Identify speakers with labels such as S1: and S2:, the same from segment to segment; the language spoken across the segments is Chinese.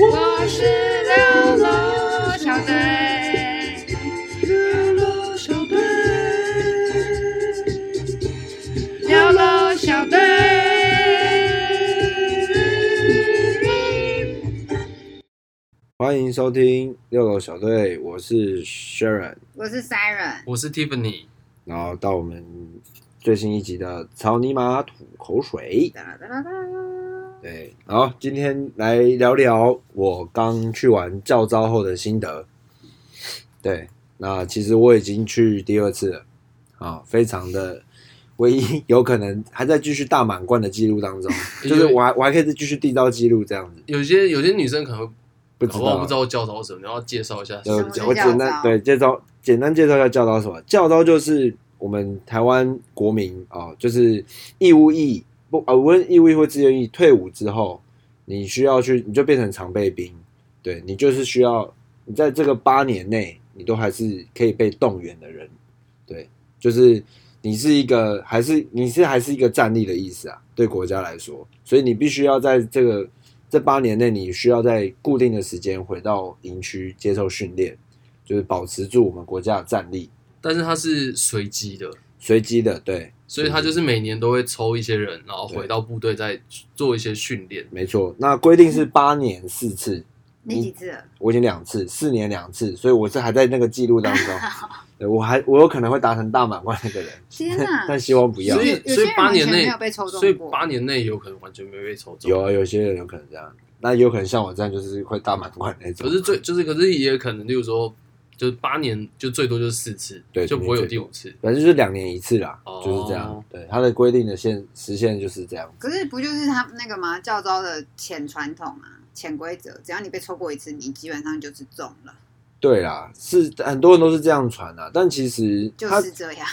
S1: 我是流浪小队，流浪小队，流浪小队。
S2: 欢迎收听六楼小队，我是 Sharon，
S3: 我是 Siren，
S4: 我是 Tiffany，
S2: 然后到我们最新一集的草泥马吐口水。
S3: 哒啦哒啦哒啦，
S2: 对，好，今天来聊聊我刚去完教招后的心得。对，那其实我已经去第二次了，啊，非常的，唯一有可能还在继续大满贯的记录当 中，就是我还我还可以再继续缔造记录这样子，
S4: 有些有些女生可能会
S2: 不知
S4: 搞不好
S2: 道
S4: 不知道教导什么，然后介绍一下。
S2: 呃
S3: 什么是，
S2: 我
S3: 教
S2: 简单
S3: 招
S2: 对介绍简单介绍一下教招是什么？教招就是我们台湾国民哦，就是义务役不呃，无论义务役或自愿役，退伍之后你需要去，你就变成常备兵，对你就是需要你在这个八年内，你都还是可以被动员的人，对，就是你是一个还是你是还是一个战力的意思啊，对国家来说，所以你必须要在这个这八年内，你需要在固定的时间回到营区接受训练，就是保持住我们国家的战力。
S4: 但是它是随机的，
S2: 随机的，对，
S4: 所以它就是每年都会抽一些人，然后回到部队再做一些训练。
S2: 没错。那规定是八年四次，
S3: 你几次了？
S2: 我已经两次，四年两次，所以我是还在那个记录当中。对我还我有可能会达成大满贯那个人，
S3: 天哪
S2: 但！但希望不要
S4: 所。以
S3: 有有
S4: 所以
S3: 些人
S4: 八
S3: 完
S4: 年
S3: 全
S4: 内
S3: 没有被抽中
S4: 所以
S3: 过
S4: 八年内有可能完全没被抽中。
S2: 有啊，有些人有可能这样，那有可能像我这样就是会大满贯那种。
S4: 可是最就是可是也可能，例如说，就是八年就最多就是四次，
S2: 对
S4: 就不会有
S2: 最
S4: 第
S2: 多
S4: 五次。
S2: 反正就是两年一次啦，
S4: 哦
S2: 就是这样。对，它的规定的限时限就是这样。
S3: 可是不就是他们那个吗？教招的潜传统啊，潜规则，只要你被抽过一次，你基本上就是中了，
S2: 对啦，是很多人都是这样传啊，但其实
S3: 就
S2: 他、
S3: 是这样。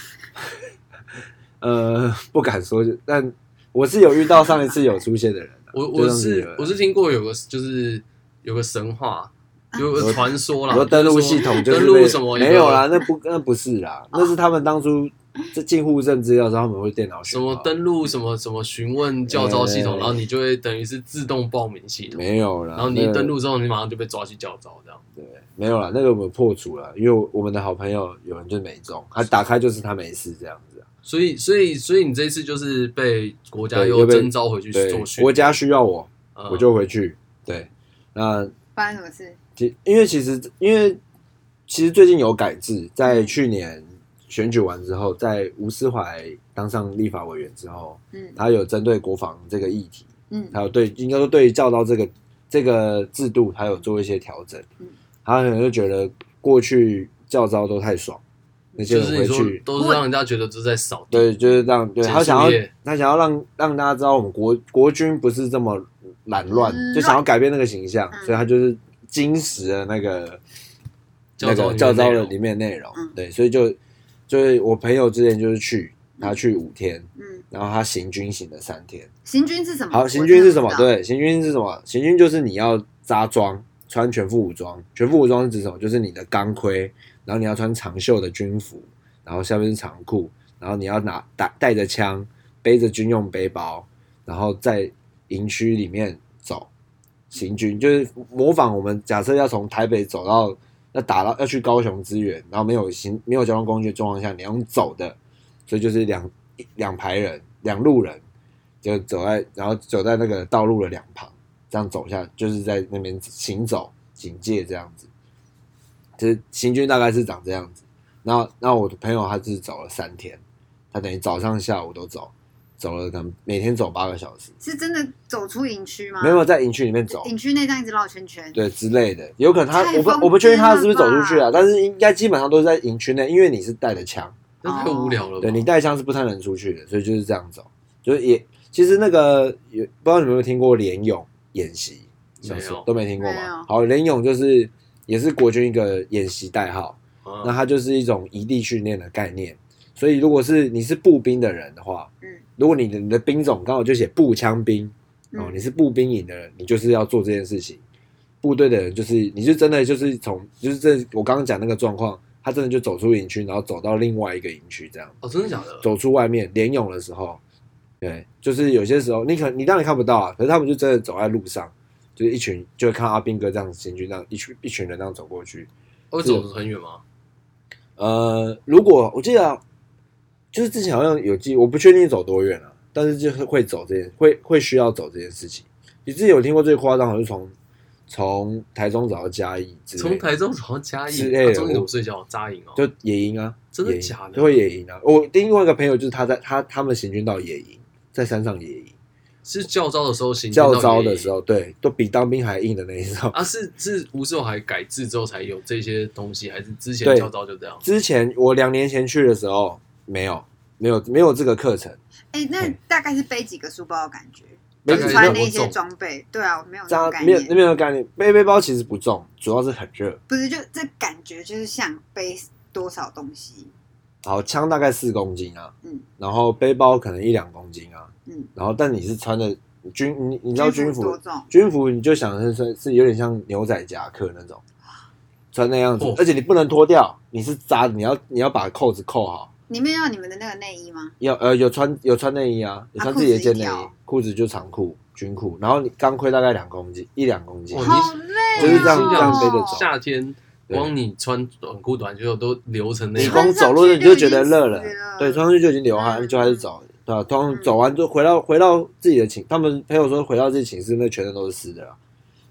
S2: 呃不敢说，但我是有遇到上一次有出现的人啊、
S4: 我
S2: 就
S4: 我
S2: 上次有
S4: 是
S2: 人
S4: 我是听过有个就是有个神话，有个传说
S2: 啊你
S4: 啦，
S2: 说登录系统就是
S4: 登
S2: 被
S4: 录什么一个
S2: 没有啦，那不那不是啦，那是他们当初这进户政资料的时候，他们会电脑
S4: 什
S2: 选
S4: 么
S2: 号
S4: 登录什么什么询问教招系统，
S2: 哎
S4: 然后你就会等于是自动报名系统，
S2: 没有啦，
S4: 然后你一
S2: 那
S4: 登录之后，你马上就被抓去教招这样。
S2: 没有啦，那个我们破除了，因为我们的好朋友有人就没中，他打开就是他没事这样子啊、
S4: 所以所以所以你这一次就是被国家
S2: 对
S4: 又
S2: 又被
S4: 征召回去
S2: 对
S4: 做，训，
S2: 国家需要我，
S4: 嗯
S2: 我就回去。对，那
S3: 发生什么事？
S2: 其因为其实因为其实最近有改制，
S4: 嗯
S2: 在去年选举完之后，在吴思怀当上立法委员之后，
S3: 嗯
S2: 他有针对国防这个议题，
S3: 嗯
S2: 还有对应该说对于教导这个这个制度，他有做一些调整
S3: 嗯。
S2: 他可能就觉得过去教招都太爽，那些
S4: 就
S2: 人
S4: 是你
S2: 回
S4: 说
S2: 去
S4: 都是让人家觉得这是在扫地，
S2: 对，就是让对
S4: 结
S2: 他
S4: 束
S2: 想要
S4: 业
S2: 他想要让让大家知道我们国国军不是这么懒乱，
S3: 嗯
S2: 就想要改变那个形象，
S3: 嗯
S2: 所以他就是金石的那个那
S4: 教招
S2: 个
S4: 里面
S2: 教招
S4: 内
S2: 的
S4: 容
S2: 里面内容
S3: 嗯。
S2: 对，所以就就是我朋友之前就是去他去五天，
S3: 嗯，
S2: 然后他行军行了三天。
S3: 行军是什么？
S2: 好，
S3: 我
S2: 行军是什么
S3: 真？的不知道，
S2: 对，行军是什么？行军就是你要扎装，穿全副武装。全副武装是指什么？就是你的钢盔，然后你要穿长袖的军服，然后下面是长裤，然后你要拿带带着枪，背着军用背包，然后在营区里面走行军，就是模仿我们假设要从台北走到要打到要去高雄支援，然后没有行没有交通工具的状况下，你要用走的，所以就是两一两排人，两路人，就走在，然后走在那个道路的两旁，这样走下，就是在那边行走警戒这样子。就是行军大概是长这样子。那那我的朋友他是走了三天，他等于早上下午都走，走了可能每天走八个小时，
S3: 是真的走出营区吗？
S2: 没有在营区里面走，
S3: 营区内这样一直绕圈圈。
S2: 对之类的，有可能他
S3: 太
S2: 我不
S3: 疯
S2: 我不确定他是不是走
S3: 癫了
S2: 出
S3: 吧
S2: 去啊，但是应该基本上都是在营区内，因为你是带着枪。
S4: 那太无聊了吧。
S2: 对你带枪是不太能出去的，所以就是这样走，就是也其实那个也不知道你们有没有听过联勇演习，小时
S4: 没
S2: 候
S4: 有
S2: 都没听过
S3: 没
S2: 吗
S3: 有？
S2: 好，联勇就是也是国军一个演习代号，
S4: 啊
S2: 那它就是一种移地训练的概念。所以如果是你是步兵的人的话，
S3: 嗯
S2: 如果你的你的兵种刚好就写步枪兵哦，
S3: 嗯
S2: 你是步兵营的人，你就是要做这件事情。部队的人就是你是真的就是从就是这我刚刚讲那个状况，他真的就走出营区，然后走到另外一个营区这样。
S4: 哦，真的假的？
S2: 走出外面联泳的时候，对，就是有些时候你可你当然看不到啊，可是他们就真的走在路上，就是一群就会看到阿兵哥这样行军，这样一群一群人这样走过去。
S4: 会哦走得很远吗？
S2: 呃，如果我记得啊，就是之前好像有记，我不确定走多远了、啊但是就是会走这件，会会需要走这件事情。你自己有听过最夸张，好像是从从台中走到嘉义之类的，
S4: 从台中走到嘉
S2: 之
S4: 义，
S2: 类的
S4: 啊中间怎么睡觉？扎营哦，
S2: 就野营啊，
S4: 真的
S2: 野营
S4: 假的
S2: 就会野营啊。我另外一个朋友就是他在他他们行军到野营，在山上野营，
S4: 是教招的时候行，
S2: 教招的时
S4: 候
S2: 候，对，都比当兵还硬的那一种。
S4: 啊，是是吴志海改制之后才有这些东西，还是之前
S2: 对
S4: 教招就这样？
S2: 之前我两年前去的时候，没有没有没有这个课程，
S3: 哎、那
S2: 嗯
S3: 大概是背几个书包的感觉？
S2: 没
S4: 大
S3: 就穿
S2: 有
S4: 概有多
S3: 那些
S4: 重
S3: 装备，对啊，我没有那
S2: 扎
S3: 种概
S2: 没有
S3: 念，
S2: 没有概念，背背包其实不重，主要是很热。
S3: 不是就这感觉就是像背多少东西，
S2: 好，枪大概四公斤啊，
S3: 嗯
S2: 然后背包可能一两公斤啊，
S3: 嗯，
S2: 然后但你是穿的军，你你知道军
S3: 多
S2: 服，
S3: 重？
S2: 军服你就想是是是有点像牛仔夹克那种，穿那样子，
S4: 哦
S2: 而且你不能脱掉，你是扎的，你要你要把扣子扣好，
S3: 里面有你们的那个内衣吗？
S2: 要呃有穿有穿内衣啊，有穿自己的件内衣，
S3: 裤子一条
S2: 裤子就长裤军裤，然后你钢盔大概两公斤一两公斤
S4: 哦，你
S3: 好累、哦，
S2: 就是这样这样背着走
S4: 夏天
S2: 对
S4: 光你穿短裤短袖都流成那
S2: 你
S4: 样，
S2: 光走路你就觉得热了
S3: 穿上去就已经死了，
S2: 对，穿上去就已经流汗，
S3: 嗯
S2: 就开始走，对吧、通
S3: 嗯
S2: 常走完就回到回到自己的寝，他们朋友说回到自己寝室那全身都是湿的啦，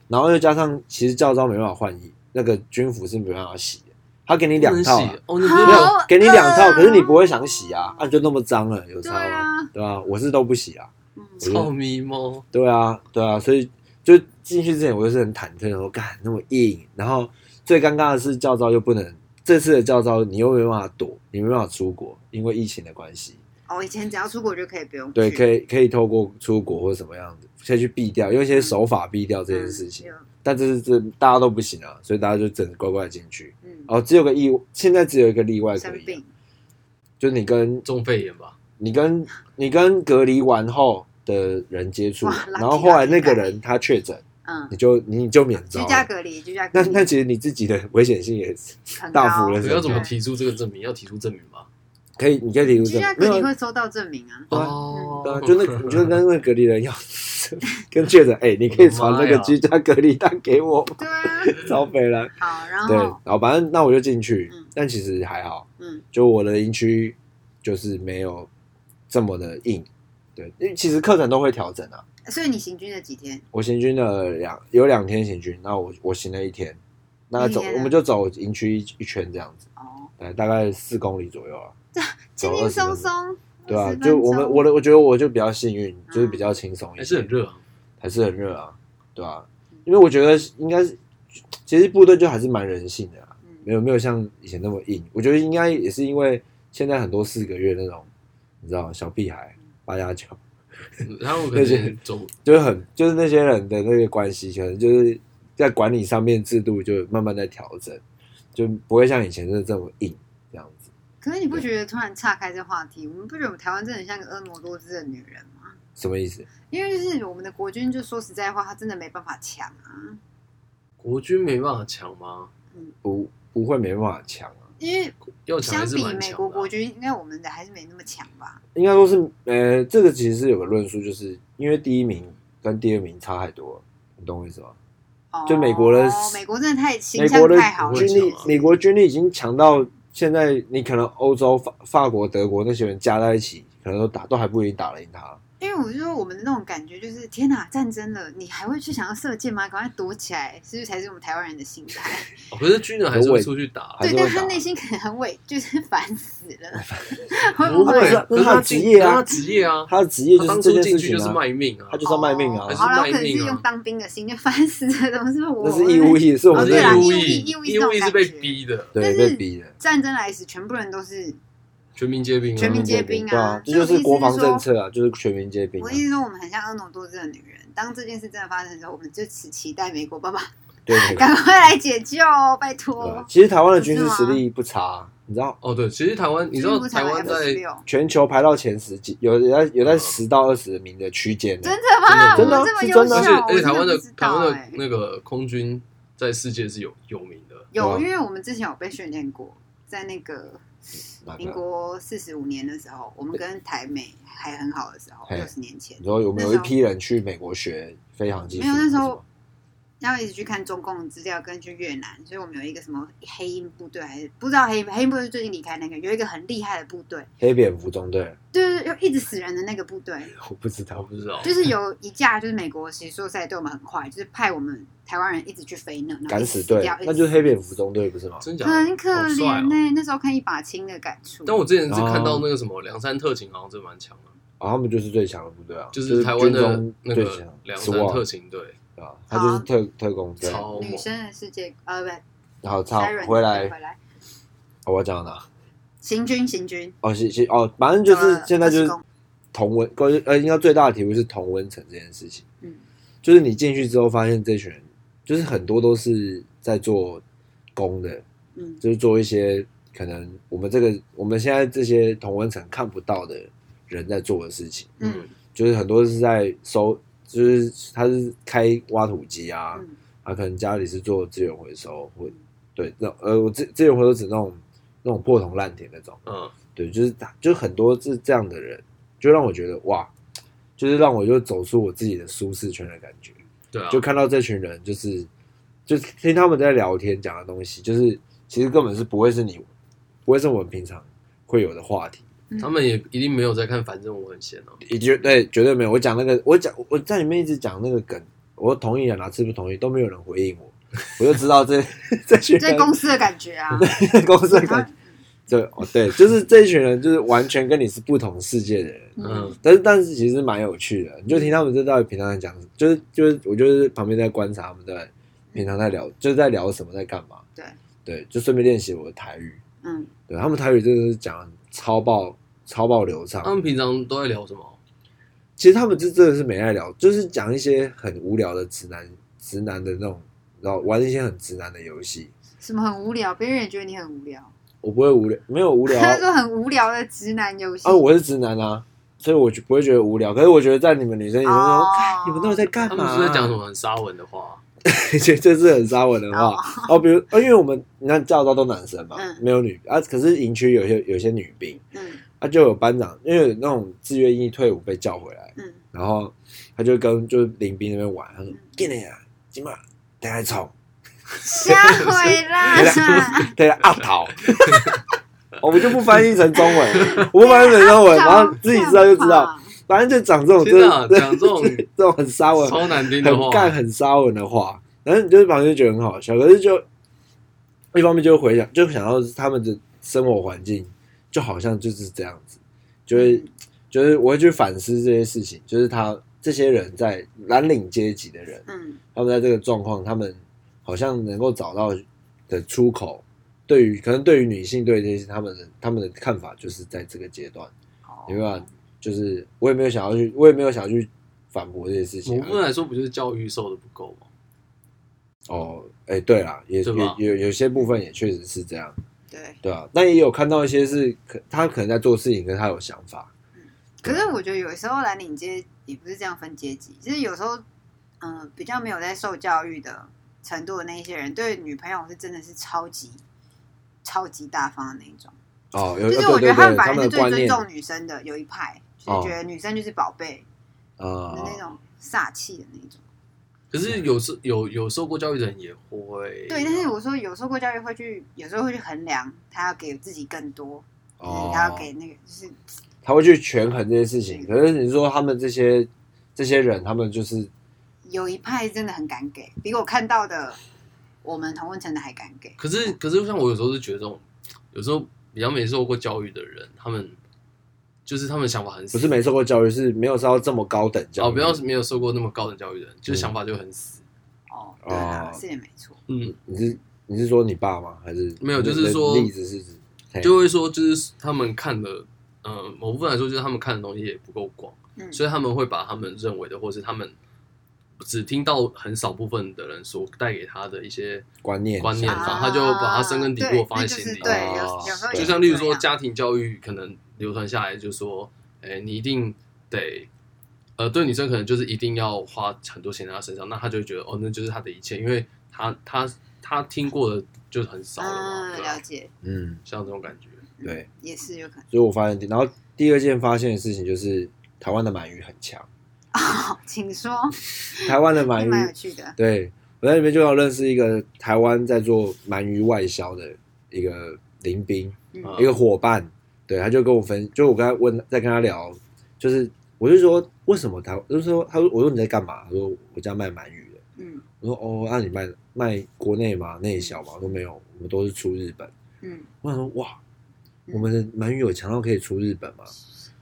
S2: 然后又加上其实教招没办法换衣，那个军服是没办法洗的，他给你
S4: 你
S2: 两套啊、
S4: 哦，你不
S3: 好
S2: 没
S4: 是没
S2: 有
S4: 有
S2: 给你两套，
S3: 饿啊
S2: 可是你不会想洗啊，啊就那么脏了，有差
S3: 对
S2: 吗？
S3: 啊，
S2: 对吧、我是都不洗啊，
S3: 嗯
S2: 我
S4: 臭
S2: 就
S4: 咪猫，
S2: 对啊，对啊，所以就进去之前我就是很忐忑，我说干那么硬，然后最尴尬的是教招又不能，这次的教招你又没办法躲，你没办法出国，因为疫情的关系，
S3: 哦，以前只要出国就可以不用
S2: 对，可
S3: 以
S2: 以可以透过出国或什么样子先去避掉，用一些手法避掉
S3: 嗯
S2: 这件事情，，但这是这大家都不行啊，所以大家就只能乖乖地进去。
S3: 嗯，
S2: 哦，只有个意，现在只有一个例外可
S3: 生
S2: 以啊、
S3: 病，
S2: 就是你跟
S4: 中肺炎吧？
S2: 你跟你跟隔离完后的人接触
S3: 哇，
S2: 然后后来那个
S3: lucky，lucky
S2: 人他确诊，
S3: 嗯
S2: 你，就你你就免
S3: 居
S2: 招了。
S3: 家隔离，居家隔
S2: 那
S3: 离，
S2: 那其实你自己的危险性也是
S3: 很
S2: 大
S3: 高
S2: 幅了
S4: 不
S2: 是
S4: 要怎么
S3: 对
S4: 提出这个证明？要提出证明吧？
S2: 可以，你可以提出
S3: 居
S2: 证
S3: 家
S2: 明，
S3: 隔
S2: 没
S3: 离
S2: 有啊
S3: 会收到证明啊，
S2: 对啊
S4: 哦
S2: 对啊，就那你就跟那个隔离人要 跟确诊，哎、你可以传那
S4: 我
S2: 个
S4: 的妈呀
S2: 居家隔离单给我吗，
S3: 对 啊，
S2: 超北了。
S3: 好，然
S2: 对，
S3: 后
S2: 然后反正那我就进去，
S3: 哦嗯
S2: 但其实还好，
S3: 嗯
S2: 就我的营区就是没有这么的硬，对，因为其实课程都会调整啊。
S3: 所以你行军了几天？
S2: 我行军了两有两天行军，那我我行了一天，那
S3: 一
S2: 走
S3: 天啊
S2: 我们就走营区一一圈这样子，
S3: 哦，
S2: 对，大概四公里左右啊。
S3: 轻轻松松，
S2: 对啊，
S3: 20
S2: 就我们
S3: 分钟
S2: 我的我觉得我就比较幸运，就是比较轻松一些，
S4: 还是很，热啊，
S2: 还是很热啊，对啊，因为我觉得应该是，其实部队就还是蛮人性的啊，没
S3: 嗯
S2: 有没有像以前那么硬，我觉得应该也是因为现在很多四个月那种，你知道小屁孩八加九，
S4: 然后我可
S2: 那些
S4: 能走
S2: 就是很就是那些人的那个关系，可能就是在管理上面制度就慢慢在调整，就不会像以前是这么硬这样子。
S3: 可是你不觉得突然岔开这话题，我们不觉得我们台湾真的很像个婀娜多姿的女人吗？
S2: 什么意思？
S3: 因为就是我们的国军，就说实在话，他真的没办法抢啊。
S4: 国军没办法抢吗？
S2: 不不会没办法抢啊，
S3: 因为
S4: 要抢还
S3: 相
S4: 是
S3: 比
S4: 蛮
S3: 美
S4: 强
S3: 国
S4: 的
S3: 国
S4: 啊。
S3: 军，应该我们的还是没那么强吧？
S2: 应该说是，呃，这个其实是有个论述，就是因为第一名跟第二名差太多了，你懂我意思吗？
S3: 哦，
S2: 就美国的
S3: 美国真的太形
S2: 美
S3: 象
S2: 国的
S3: 太好了，
S2: 军力
S4: 不会强啊，
S2: 美国军力已经强到现在，你可能欧洲、法法国、德国那些人加在一起，可能都打都还不一定打得赢他。
S3: 因为我就说我们的那种感觉就是，天哪，战争了，你还会去想要射箭吗？赶快躲起来，是不是才是我们台湾人的心态？
S4: 哦可是军人还是会出去打啊
S2: 还
S3: 对，
S2: 是会
S3: 但
S2: 打
S3: 他内心可能很委，就是烦死 了，会
S4: 不
S3: 不会？
S4: 会
S2: 那是，
S4: 可
S2: 那是他的
S4: 进
S2: 职业啊
S4: 可是他职业啊，
S2: 他的职业
S4: 他
S2: 就是
S4: 当
S2: 这
S4: 初
S2: 件
S4: 进
S2: 事
S4: 去
S2: 情
S4: 就是
S2: 啊，
S4: 卖命啊
S2: 他，就是要卖命啊
S3: 哦，
S4: 还是
S3: 好了，我可
S4: 卖
S3: 能是
S4: 命啊
S3: 用当兵的心，就烦死了，怎么是我？
S2: 那是义务役，是我
S4: 他
S2: 们
S4: 是
S3: 哦对啊
S2: 那
S4: 义务
S3: 义
S4: 役
S3: 务，役
S4: 义务役
S3: 这种
S4: 是被
S3: 感觉
S4: 逼的，
S2: 对
S3: 但是
S2: 被逼的，
S3: 战争来时，全部人都是。
S4: 全民皆兵啊，
S3: 全民皆兵啊
S2: 对啊，这
S3: 所以我的意
S2: 就
S3: 思
S2: 是
S3: 是
S2: 国防
S3: 说
S2: 政策啊，就是全民皆兵啊
S3: 我的，意思说，我们很像婀娜多姿的女人。当这件事真的发生的时候，我们就只期待美国爸爸
S2: 对对 对
S3: 赶快来解救，哦拜
S2: 对啊
S3: 托。
S2: 其实台湾的军事实力不差，啊你知道
S4: 哦，对，其实台湾，你知道
S3: 军服
S4: 台
S3: 厂
S4: 湾在
S3: F 十六，
S2: 全球排到前十几，有有在有在十到二十名的区间呢
S3: 嗯真。的吗？我
S4: 真
S3: 们
S4: 的
S3: 这么
S2: 是
S3: 优
S2: 真的
S4: 而且
S3: 秀，
S4: 而且台湾
S3: 我真的啊
S4: 的
S3: 不知
S4: 台
S3: 道
S4: 湾
S3: 哎
S4: 的那个空军在世界是有有名的，
S3: 有，
S2: 对啊
S3: 因为我们之前有被训练过，在那个
S2: 哪
S3: 民
S2: 个？
S3: 国四十五年的时候，我们跟台美还很好的时候，
S2: 嘿
S3: 六十年前
S2: 你，说有没有一批人去美国学飞行技术？
S3: 没有那时候
S2: 还是什么
S3: 然后一直去看中共的资料，跟去越南，所以我们有一个什么黑鹰部队，还是不知道黑鹰黑鹰部队最近离开那个，有一个很厉害的部队，
S2: 黑蝙蝠中队，
S3: 就是又一直死人的那个部队，
S2: 我不知道
S4: 我，不知道，
S3: 就是有一架就是美国其实说实在对我们很坏，就是派我们台湾人一直去飞那，然后
S2: 敢
S3: 一直
S2: 死
S3: 死
S2: 队
S3: 掉，
S2: 那就是黑蝙。蝠
S3: 一直死
S2: 中队不是吗？
S4: 真假的？
S3: 很可
S4: 好帅
S3: 怜欸
S4: 哦
S3: 呢、那时候看一把青的感触。
S4: 但我之前是看
S2: 哦
S4: 到那个什么梁山特勤，好像真蛮强的，
S2: 啊，他们就是最强的部队啊，
S4: 就
S2: 就是
S4: 台湾
S2: 军
S4: 的
S2: 中
S4: 那
S2: 最
S4: 个
S2: 强
S4: 梁山
S2: SWAT
S4: 特勤队，
S2: 对吧？他就是特特工队。
S4: 超猛
S3: 女，生的世界，呃，不对，
S2: 然后差
S3: Siren
S2: 回
S3: 回
S2: 来，
S3: 来，
S2: 哦我要讲到哪？
S3: 行军行军，
S2: 哦，是是哦，反正就是现在就
S3: 20
S2: 是
S3: 嗯公
S2: 同温，关于呃，应该最大的题目是同温层这件事情。
S3: 嗯，
S2: 就是你进去之后发现这群人，就是很多都是在做工的，
S3: 嗯
S2: 就是做一些可能我们这个我们现在这些同温层看不到的人在做的事情，
S3: 嗯
S2: 就是很多是在收，就是他是开挖土机啊，
S3: 嗯
S2: 他可能家里是做资源回收，或对那呃，我资资源回收指那种那种破铜烂铁那种，
S4: 嗯，
S2: 对，就是他就很多是这样的人，就让我觉得哇，就是让我就走出我自己的舒适圈的感觉，
S4: 对啊，
S2: 就看到这群人就是就是听他们在聊天讲的东西，就是其实根本是不会是你不会是我们平常会有的话题。
S3: 嗯，
S4: 他们也一定没有在看，反正我很闲哦，
S2: 也绝对绝对没有。我讲那个，我讲我在里面一直讲那个梗，我同意了啊哪次不同意都没有人回应我，我就知道这 这群
S3: 在
S2: 人
S3: 公司的感觉啊，
S2: 公司的感觉
S3: 嗯，
S2: 对哦对，就是这一群人就是完全跟你是不同世界的人。
S4: 嗯
S2: 但是但是其实蛮有趣的，你就听他们这到底平常在讲，就是就是我就是旁边在观察他们在平常在聊，就是在聊什么在干嘛。
S3: 对
S2: 对，就顺便练习我的台语。
S3: 嗯，
S2: 对他们台语真的是讲得超爆超爆流畅，
S3: 嗯
S4: 他们平常都在聊什么？
S2: 其实他们这真的是没爱聊，就是讲一些很无聊的直男直男的那种，然后玩一些很直男的游戏。
S3: 什么很无聊，别人也觉得你很无聊。
S2: 我不会无聊，没有无 聊
S3: 他说很无聊的直男游戏
S2: 啊，我是直男啊，所以我就不会觉得无聊。可是我觉得在你们女生眼中说，
S3: 哦
S2: 看你们到底在干
S4: 他
S2: 嘛、
S4: 们
S2: 啊？
S4: 是在讲什？ 么很沙文的话？
S2: 这这是很沙文的话哦，比如，呃因为我们你看教招都男生嘛，
S3: 嗯
S2: 没有女啊，可是营区有些有些女兵
S3: 嗯
S2: 啊，就有班长，因为有那种自愿役退伍被叫回来。
S3: 嗯
S2: 然后他就跟就是林斌那边玩，他说
S3: 嗯：“
S2: 进来呀，今晚等下冲，
S3: 吓毁 啦！
S2: 等下阿桃。”我们就不翻译成中文，我不翻译成中文，
S3: 啊
S2: 然后自己知道就知道，反正就讲这种
S4: 天哪
S2: 这
S4: 啊讲 这种
S2: 这种很沙文、
S4: 超难听的话
S2: 很，干、很沙文的话，然后你就是反正就觉得很好笑，可是就一方面就回想，就想到他们的生活环境就好像就是这样子，就会、
S3: 嗯
S2: 就是我会去反思这些事情，就是他这些人在蓝领阶级的人，
S3: 嗯
S2: 他们在这个状况，他们好像能够找到的出口。对于可能对于女性对这些他们的他们的看法就是在这个阶段，你明
S3: 哦
S2: 白吗？就是我也没有想要去，我也没有想要去反驳这些事情
S4: 某
S2: 啊、
S4: 部分来说，不就是教育受的不够吗？
S2: 哦，哎、对啦，也
S4: 对
S2: 有
S4: 吧
S2: 有有些部分也确实是这样，
S3: 对。
S2: 对啊。但也有看到一些是可他可能在做事情，可是他有想法，啊
S3: 可是我觉得有时候蓝领阶也不是这样分阶级，就是有时候嗯、呃比较没有在受教育的程度的那一些人，对女朋友是真的是超级超级大方的那一种。
S2: 哦，有
S3: 就是
S2: 哦
S3: 我觉
S2: 对对
S3: 得他们
S2: 对，
S3: 反
S2: 他
S3: 而
S2: 们
S3: 是
S2: 的
S3: 最
S2: 观
S3: 尊
S2: 念哦
S3: 重女生的，有一派就是觉得女生就是宝贝的
S2: 啊
S3: 那种煞气的那种。
S4: 可是有时有有受过教育的人也会，
S3: 啊
S2: 哎
S4: 啊
S3: 对，
S2: 哦
S3: 但是我说有受过教育会去，有时候会去衡量他要给自己更多，就是
S2: 哦，
S3: 他要给那个就是
S2: 他会去权衡这些事情。可是你说他们这些这些人，他们就是
S3: 有一派真的很敢给，比我看到的我们同温层的还敢给。
S4: 可是可是像我有时候是觉得这种，有时候比较没受过教育的人，他们就是他们想法很死
S2: 不是没受过教育，是没有受到这么高等教育。
S4: 哦，不要是没有受过那么高等教育的人，就
S2: 嗯
S4: 是想法就很死。
S3: 哦，对啊，
S2: 哦
S3: 是也没错。
S4: 嗯，
S2: 你是你是说你爸吗？还是
S4: 没有就是
S2: 你的
S4: 说
S2: 例子是指嘿
S4: 就会说就是他们看的，呃，某部分来说就是他们看的东西也不够广，
S3: 嗯，
S4: 所以他们会把他们认为的，或是他们只听到很少部分的人所带给他的一些
S2: 观念
S4: 观念，
S2: 啊
S4: 然后他就把他深根蒂固地放在心里。
S3: 对那就是
S2: 哦
S3: 对，有有时候
S4: 就
S3: 也
S4: 像例如说
S3: 是这样
S4: 家庭教育，可能流传下来就说，哎、你一定得，呃，对女生可能就是一定要花很多钱在她身上，那她就会觉得哦，那就是她的一切，因为她她她听过的就是很少了嘛，
S3: 嗯，
S4: 对
S3: 了
S4: 吧？
S3: 解。
S2: 嗯，
S4: 像这种感觉，
S2: 对，
S3: 也是有可能。
S2: 所以我发现，然后第二件发现的事情就是台湾的鳗鱼很强，
S3: 好，哦请说，
S2: 台湾的鳗
S3: 还蛮有
S2: 鱼，
S3: 趣的。
S2: 对我在里面就要认识一个台湾在做鳗鱼外销的一个林兵，
S3: 嗯
S4: 啊
S2: 一个伙伴，对，他就跟我分，就我跟他问，在跟他聊，就是我就说为什么台，就是说他说我说你在干嘛？他说我家卖鳗鱼的，
S3: 嗯
S2: 我说哦，那、你卖卖国内吗？内销吗？我说没有，我们都是出日本。
S3: 嗯，
S2: 我想说哇，
S3: 嗯
S2: 我们的鳗鱼有强到可以出日本吗？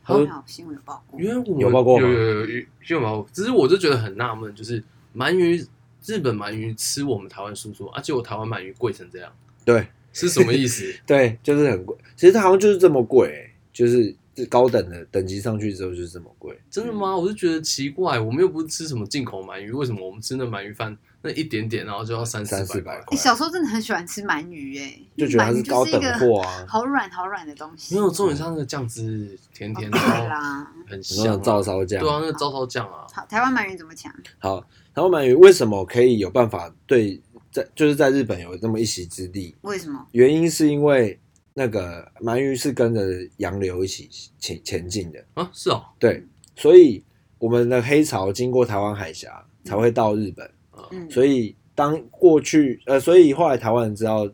S2: 他
S3: 好
S2: 说
S3: 好新闻有报过。
S4: 因为我
S2: 有报过吗
S4: 有有有有有报过，只是我就觉得很纳闷，就是鳗鱼日本鳗鱼吃我们台湾叔叔，啊，结果台湾鳗鱼贵成这样，
S2: 对，
S4: 是什么意思？
S2: 对，就是很贵。其实它好像就是这么贵、就是高等的等级上去之后就是这么贵。
S4: 真的
S2: 嗯
S4: 吗？我就觉得奇怪，我们又不是吃什么进口鳗鱼，为什么我们吃那鳗鱼饭那一点点，然后就要三
S2: 呃三四百
S4: 百
S2: 块
S3: 你小时候真的很喜欢吃鳗鱼哎，
S2: 就觉得它
S3: 鳗鱼
S2: 是高等
S3: 一个
S2: 货 啊
S3: 好软好软的东西。
S4: 没有，重点是啊它那个酱汁甜甜的，
S3: 啊对
S4: 然后
S3: 啦。
S2: 有
S4: 很
S2: 那
S4: 香、
S2: 种
S4: 啊
S2: 照。烧酱。
S4: 对啊，那个照烧酱啊，
S3: 好，台湾鳗鱼怎么讲？
S2: 好，台湾鳗鱼为什么可以有办法对在就是在日本有那么一席之地？
S3: 为什么？
S2: 原因是因为那个鳗鱼是跟着洋流一起前前进的，
S4: 啊是哦，
S2: 对，所以我们的黑潮经过台湾海峡才会到日本。
S3: 嗯，
S2: 所以当过去呃，所以后来台湾人知道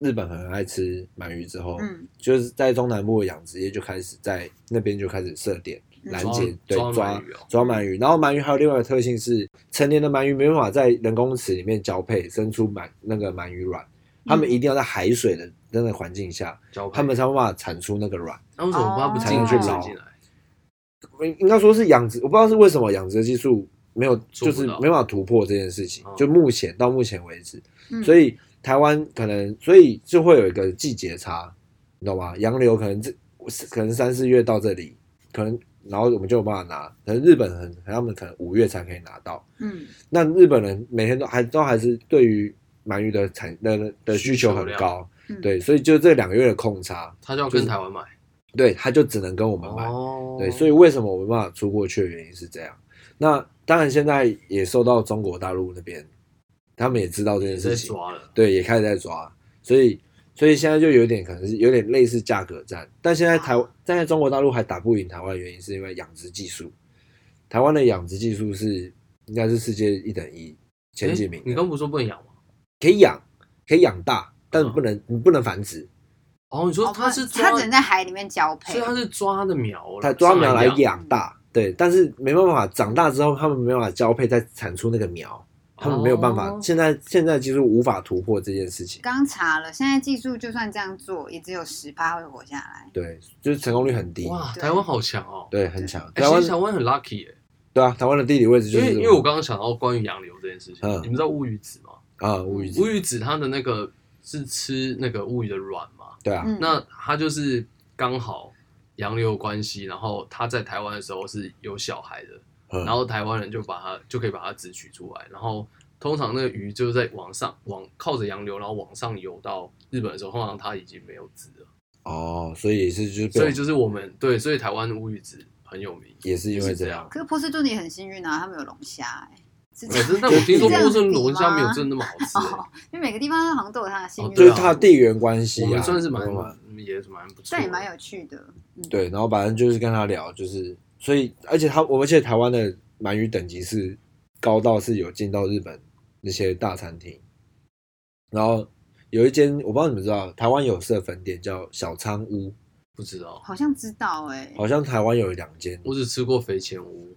S2: 日本很爱吃鳗鱼之后，
S3: 嗯
S2: 就是在中南部的养殖业就开始在那边就开始设点
S3: 嗯
S2: 拦截，对抓
S4: 抓抓鳗鱼哦
S2: 抓鳗鱼。然后鳗鱼还有另外一个特性是，成年的鳗鱼没办法在人工池里面交配生出鳗那个鳗鱼卵，它们一定要在海水的那个环境下，
S4: 交配
S2: 它们才有办法产出那个卵。
S4: 那为什么它不进
S2: 哦
S4: 去水进来？
S2: 应应该说是养殖，我不知道是为什么养殖技术没有，
S4: 做
S2: 就
S4: 不到
S2: 是没办法突破这件事情
S4: 哦。
S2: 就目前到目前为止，
S3: 嗯
S2: 所以台湾可能，所以就会有一个季节差，你懂吗？洋流可能这可能三四月到这里，可能然后我们就有办法拿，可能日本很他们可能五月才可以拿到。
S3: 嗯
S2: 那日本人每天都还都还是对于鳗鱼的产的的需求很
S4: 需求
S2: 高，
S3: 嗯，
S2: 对，所以就这两个月的空差，
S4: 它就要跟台湾买
S2: 对，他就只能跟我们买。
S4: 哦，
S2: 对，所以为什么我没办法出过去的原因是这样。那当然，现在也受到中国大陆那边，他们也知道这件
S4: 也在
S2: 事情，
S4: 抓了，
S2: 对，也开始在抓，所以所以现在就有点可能是有点类似价格战，但现在台站在中国大陆还打不赢台湾的原因是因为养殖技术，台湾的养殖技术是应该是世界一等一前几
S4: 诶
S2: 名的，
S4: 你刚不是说不能养吗？
S2: 可以养，可以养大，但
S4: 嗯
S2: 是不能、你不能繁殖，
S4: 哦，你说
S3: 哦，
S4: 它
S3: 它
S4: 是抓
S3: 它，只能在海里面交配
S4: 所以。它是抓它的苗，
S2: 它抓苗来
S4: 上
S2: 养大，对，但是没办法，长大之后他们没办法交配再产出那个苗。他们没有办法，
S4: 哦
S2: 现在现在技术无法突破这件事情，
S3: 刚查了，现在技术就算这样做，也只有十趴会活下来。
S2: 对，就是成功率很低，
S4: 哇，
S3: 对
S4: 台湾好强哦。
S2: 对，很强。
S4: 诶
S2: 台
S4: 其
S2: 湾
S4: 实台湾很 lucky 哎，
S2: 对啊，台湾的地理位置就
S4: 因
S2: 是
S4: 为因为我刚刚想到关于洋流这件事情
S2: 嗯，
S4: 你们知道乌鱼子吗？
S2: 啊乌鱼子
S4: 乌，鱼子它的那个是吃那个乌鱼的卵嘛，
S2: 对啊，
S3: 嗯，
S4: 那它就是刚好洋流有关系，然后它在台湾的时候是有小孩的，
S2: 嗯
S4: 然后台湾人就把它就可以把它只取出来，然后通常那个鱼就是在往上往靠着洋流，然后往上游到日本的时候，通常它已经没有籽了，
S2: 哦，所以也是就是被
S4: 所以就是我们对，所以台湾乌鱼子很有名，
S2: 也是因为这样，
S3: 可是波士顿也很幸运啊，他们有龙虾哎，是这
S4: 可
S3: 样
S4: 是但我听说
S3: 这样
S4: 波士顿
S3: 比吗
S4: 龙虾没有真的那么好吃、 欸
S3: 哦，因为每个地方好像都有它的幸运
S4: 哦
S3: 儿，
S2: 就是
S4: 对啊
S2: 它的地缘关系
S4: 我
S2: 啊，
S4: 们算是蛮嗯
S2: 懂吗
S4: 也是蛮不错的，
S3: 但也蛮有趣的。嗯，
S2: 对，然后反正就是跟他聊，就是所以而且他我而且台湾的鳗鱼等级是高到是有进到日本那些大餐厅，然后有一间我不知道你们知道，台湾有设分店叫小仓屋，
S4: 不知道。
S3: 好像知道哎，
S2: 好像台湾有两间，
S4: 我只吃过肥前屋，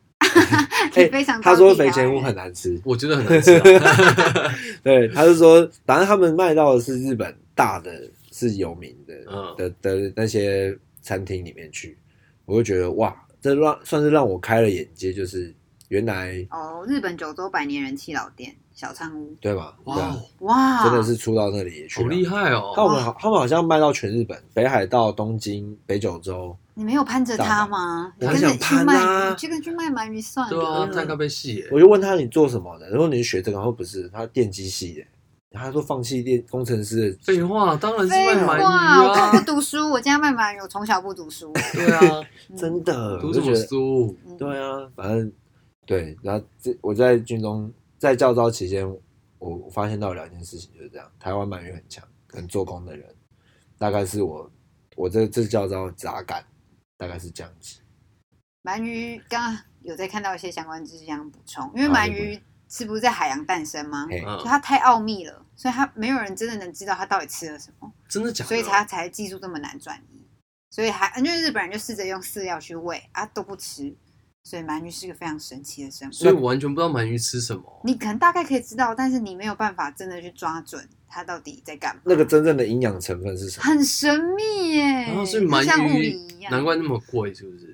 S2: 哎
S3: 非常
S2: 他
S3: 高
S2: 说
S3: 地啊
S2: 肥前屋很难吃，
S4: 我觉得很难吃、 啊。
S2: 对，他是说反正他们卖到的是日本大的是有名的、
S4: 嗯
S2: 的的那些餐厅里面去，我就觉得哇，这让算是让我开了眼界，就是原来
S3: 哦，日本九州百年人气老店小仓屋，
S2: 对吧？
S4: 哇
S2: 对啊
S4: 哦，
S3: 哇，
S2: 真的是出到那里也去
S4: 好
S2: 了。
S4: 厉害
S2: 他
S4: 哦！
S2: 们好，他们好像卖到全日本，北海道、东京、北九州，
S3: 你没有攀着
S2: 大
S3: 他
S2: 阪
S3: 吗？你
S2: 我
S3: 跟
S2: 很
S3: 着
S2: 想
S3: 去
S2: 攀
S3: 卖，
S2: 啊
S3: 你去跟去卖鳗鱼算
S4: 对啊，
S3: 了。
S4: 太咖啡戏耶，
S2: 我就问他你做什么的，然后你是学这个，然后不是，他电机系的，他说放弃电工程师的，
S4: 废话，当然是
S3: 废
S4: 卖鳗
S3: 话，
S4: 鱼
S3: 我都不
S4: 啊。
S3: 读书，我家卖鳗鱼，我从小不读书。
S4: 对啊，
S2: 真的，
S4: 读
S2: 我
S4: 什
S2: 就觉
S4: 么
S2: 得
S4: 书？
S3: 嗯
S2: 对啊，反正对，然后这我在军中在教招期间，我我发现到两件事情就是这样，台湾鳗鱼很强，很做工的人，大概是我我这这叫做杂感，大概是这样子。
S3: 鳗鱼刚刚有在看到一些相关知识想补充，因为
S2: 好
S3: 鳗
S2: 没问
S3: 鱼是不是在海洋诞生吗？
S2: 嘿，
S4: 嗯
S3: 就它太奥秘了，所以它没有人真的能知道它到底吃了什么，
S4: 真的假的？
S3: 所以它才技术这么难转移。所以还因为日本人就试着用饲料去喂啊，都不吃，所以鳗鱼是个非常神奇的生
S4: 所以
S3: 物。
S4: 我完全不知道鳗鱼吃什么。
S3: 你可能大概可以知道，但是你没有办法真的去抓准它到底在干嘛。
S2: 那个真正的营养成分是什么？
S3: 很神秘耶，
S4: 啊，所以
S3: 它像
S4: 鳗
S3: 物
S4: 鱼
S3: 理一样，
S4: 难怪那么贵，是不是？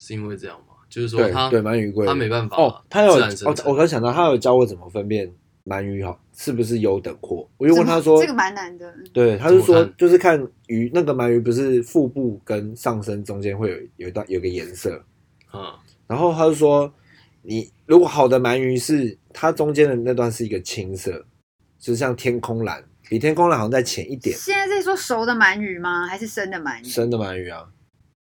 S4: 是因为这样吗？就是说
S2: 对
S4: 它
S2: 对，鳗鱼贵。
S4: 它没办法啊
S2: 哦，他有
S4: 自然生
S2: 哦，
S4: 成
S2: 我刚想到他有教我怎么分辨鳗鱼哈是不是优等货，我就问他
S3: 怎么
S2: 说
S3: 这，个蛮难的。嗯
S2: 对，他就
S4: 怎么
S2: 说
S4: 看
S2: 就是看鱼那个鳗鱼不是腹部跟上身中间会有有一段有个颜色，
S4: 嗯
S2: 然后他就说你如果好的鳗鱼是它中间的那段是一个青色，就像天空蓝，比天空蓝好像再浅一点，
S3: 现在在说熟的鳗鱼吗？还是生的鳗鱼？
S2: 生的鳗鱼啊，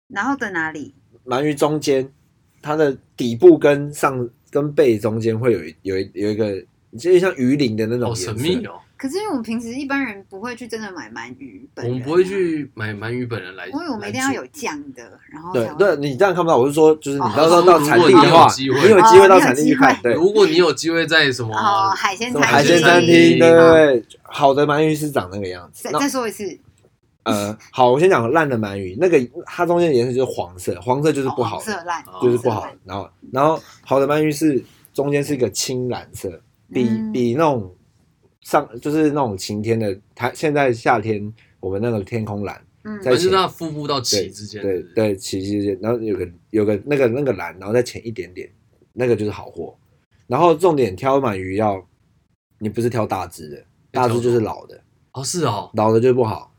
S3: 然后的哪里？
S2: 鳗鱼中间，它的底部跟上跟背中间会有一有一有一个，就是像鱼鳞的那种
S4: 好
S2: 颜色。
S4: 神秘哦。
S3: 可是因为我们平时一般人不会去真的买鳗鱼本
S4: 我
S3: 人啊
S4: 们不会，去买鳗鱼本人来，
S3: 因为我们一定
S4: 来
S3: 要
S4: 煮
S3: 有酱的，然后
S2: 对
S3: 才会
S2: 对，你这样看不到，我是说，就是你到时候
S4: 哦
S2: 到产地
S4: 如
S2: 的
S4: 果
S2: 话，你
S4: 你有机
S2: 有
S4: 会
S2: 机会到
S3: 哦
S2: 产地
S3: 你有
S2: 去
S3: 机会
S2: 看，对，
S4: 如果你有机会在什么
S3: 哦海鲜
S2: 什
S3: 餐
S2: 么海
S4: 鲜
S2: 鲜
S4: 餐
S2: 餐
S4: 厅
S2: 厅，对
S3: 哦
S2: 对对，好的鳗鱼是长那个样子
S3: 再。
S2: 那
S3: 再说一次，
S2: 呃，好，我先讲烂的鳗鱼，那个它中间的颜色就是黄色，黄色就是不好
S3: 哦
S2: 的，
S3: 色烂
S4: 哦
S2: 就是不好的。然后然后好的鳗鱼是中间是一个青蓝色，比
S3: 嗯
S2: 比那种上就是那种晴天的，它现在夏天我们那个天空蓝，
S3: 嗯，
S2: 再在
S4: 反正就是它腹部到脐之间，
S2: 对
S4: 是不是，
S2: 对，其实然后有个有个那个那个蓝，然后再浅一点点，那个就是好货。然后重点挑鳗鱼要，你不是挑大只的，大只就是老的，
S4: 哦是哦
S2: 老的就不好。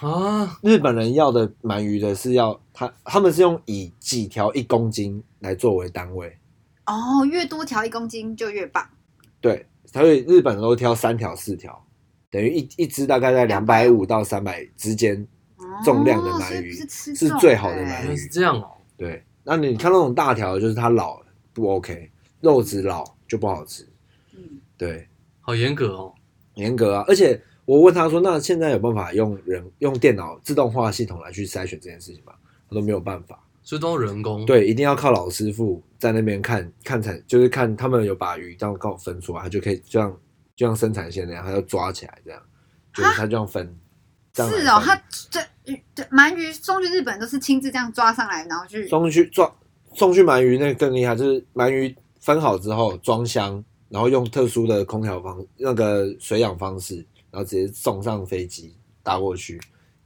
S4: 啊，
S2: 日本人要的鳗鱼的是要他他们是用以几条一公斤来作为单位，
S3: 哦，越多条一公斤就越棒，
S2: 对，所以日本人都挑三条四条，等于一一只大概在两百五到三百之间
S3: 哦
S2: 重量的鳗
S3: 所以
S2: 鱼
S3: 不是吃欸
S2: 是
S3: 重
S2: 最好的
S4: 原
S2: 鳗
S4: 来
S2: 鱼
S4: 是这样哦，
S2: 对，那你看那种大条的，就是它老了不 OK，肉质老就不好吃。
S3: 嗯，
S2: 对，
S4: 好严格哦，
S2: 严格啊。而且我问他说，那现在有办法用人用电脑自动化系统来去筛选这件事情吗？他说没有办法，
S4: 所以都人工，，
S2: 对，一定要靠老师傅在那边看看产，就是看他们有把鱼这样刚好分出来，他就可以这样就像生产线那样，他就抓起来这样，就是他这样分。这样来
S3: 是哦，
S2: 分
S3: 它这这鳗鱼送去日本都是亲自这样抓上来，然后去
S2: 送去抓送去鳗鱼那个更厉害，就是鳗鱼分好之后装箱，然后用特殊的空调方那个水养方式，然后直接送上飞机打过去，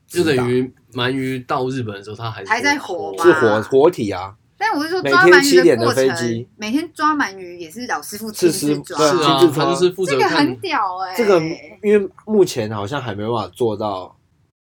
S4: 就
S2: 直打
S4: 等于鳗鱼到日本的时候它还
S3: 还在活
S4: 活
S3: 吧
S4: 吧
S2: 是活活体啊，
S3: 但我是说
S2: 每
S3: 抓
S2: 天
S3: 鳗
S2: 7
S3: 鱼
S2: 点的
S3: 过
S2: 飞
S3: 程
S2: 机，
S3: 每天抓鳗鱼也是老师傅亲
S2: 是师
S3: 自
S2: 傅
S3: 抓，
S2: 对
S4: 是啊
S2: 亲，自抓
S4: 它就是负责
S3: 这个
S4: 看
S3: 很屌哎、
S2: 这个因为目前好像还没办法做到，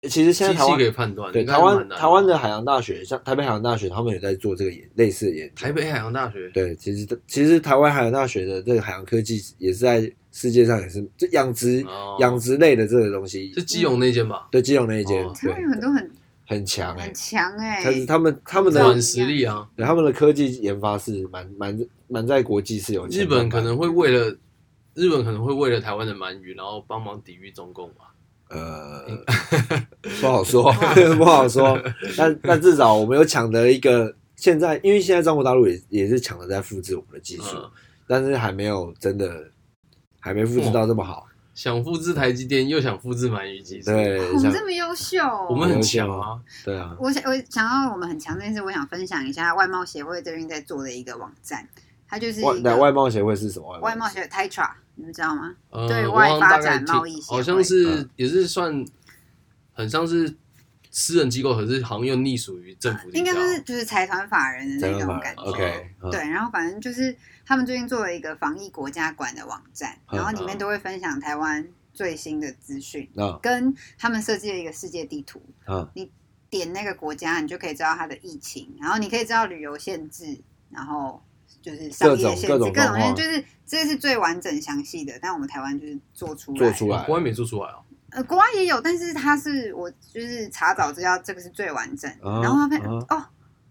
S2: 其实现在
S4: 机
S2: 台
S4: 器可以
S2: 湾
S4: 判断，
S2: 对
S4: 应该
S2: 台
S4: 蛮
S2: 湾
S4: 难啊
S2: 台湾的海洋大学，像台北海洋大学，他们有在做这个研类似的研究，
S4: 台北海洋大学，
S2: 对，其实其实台湾海洋大学的这个海洋科技也是在世界上也是这养殖、
S4: 哦
S2: 养殖类的这个东西，
S4: 是基隆那间吧，
S2: 对基隆那一间、
S4: 哦
S3: 他
S2: 对
S3: 们有很多很
S2: 很强哎、
S3: 很强哎、
S2: 但是他们他们
S3: 对
S2: 的
S4: 软实力啊，
S2: 对他们的科技研发是蛮蛮蛮在国际是有
S4: 日
S2: 前
S4: 本
S2: 段
S4: 可
S2: 版
S4: 能会为了日本可能会为了台湾的鳗鱼，然后帮忙抵御中共吧。
S2: 呃 不好说不好说，但但至少我们有抢得一个现在，因为现在中国大陆也也是抢着在复制我们的技术，
S4: 嗯，
S2: 但是还没有真的还没复制到这么好，
S4: 想复制台积电，又想复制鳗鱼技术，
S2: 对，
S3: 我们
S2: 像
S3: 这么优秀，
S4: 我们很强啊。
S2: 对啊。
S3: 我想我想到我们很强这件事，我想分享一下外贸协会最近在做的一个网站，它就是
S2: 外
S3: 一
S2: 来
S3: 个
S2: 外贸协会是什么外
S3: 外贸
S2: 协
S3: 协会 Titra，你们知道吗？
S4: 呃
S3: 对
S4: 我
S3: 外
S4: 好像大
S3: 发
S4: 概
S3: 展
S4: 听
S3: 贸易协会
S4: 好像是
S2: 嗯
S4: 也是算，很像是私人机构，可是好像又隶属于政府底
S3: 应该
S4: 下
S3: 说是就是财团法人的
S2: 会
S3: 那
S2: 真的
S3: 种
S2: 吗
S3: 感觉。
S2: ？OK，嗯
S3: 对，然后反正就是他们最近做了一个防疫国家馆的网站，
S2: 嗯
S3: 然后里面都会分享台湾最新的资讯，
S2: 那
S3: 跟他们设计了一个世界地图，
S2: 嗯
S3: 点那个国家，你就可以知道它的疫情，然后你可以知道旅游限制，然后就是商业限制，各
S2: 各种
S3: 种
S2: 各种状
S3: 限
S2: 况
S3: 制，就是这是最完整详细的。但我们台湾就是做出来，
S2: 做出
S4: 哇
S2: 来
S4: 国外没做出来啊，
S3: 呃，国外也有，但是它是我就是查找资料，这个是最完整的。
S2: 啊
S3: 然后他们、
S2: 啊
S3: 哦，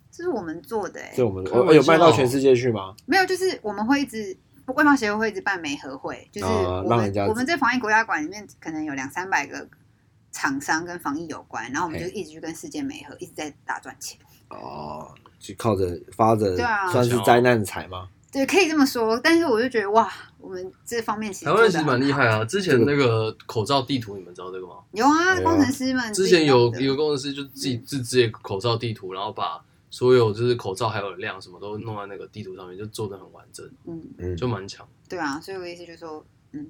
S3: 这是我们做的哎、
S2: 所以我们
S4: 开玩
S2: 我
S4: 笑
S2: 我有卖到全世界去吗？
S3: 没有，就是我们会一直外贸协会会一直办媒合会，就是
S2: 啊
S3: 我
S2: 让
S3: 们、
S2: 人家
S3: 我们在防疫国家馆里面可能有两三百个厂商跟防疫有关，然后我们就
S2: 嘿
S3: 一直去跟世界媒合，一直在打赚钱。
S2: 哦，就靠着发着
S3: 对啊
S2: 算是灾难财吗？
S3: 对，可以这么说，但是我就觉得哇，我们这方面其实
S4: 台湾人其
S3: 做
S4: 实
S3: 得
S4: 蛮
S3: 很
S4: 厉
S3: 好
S4: 害啊！之前那个口罩地图，你们知道这个吗？
S3: 有啊，
S2: 对啊
S3: 工程师们
S4: 之
S3: 自己
S4: 前有
S3: 弄的嗯
S4: 有工程师就自己自制一个口罩地图，然后把所有就是口罩还有量什么都弄在那个地图上面，就做的很完整，
S3: 嗯，
S2: 嗯，
S4: 就蛮强。
S3: 对啊，所以我的意思就是说，嗯，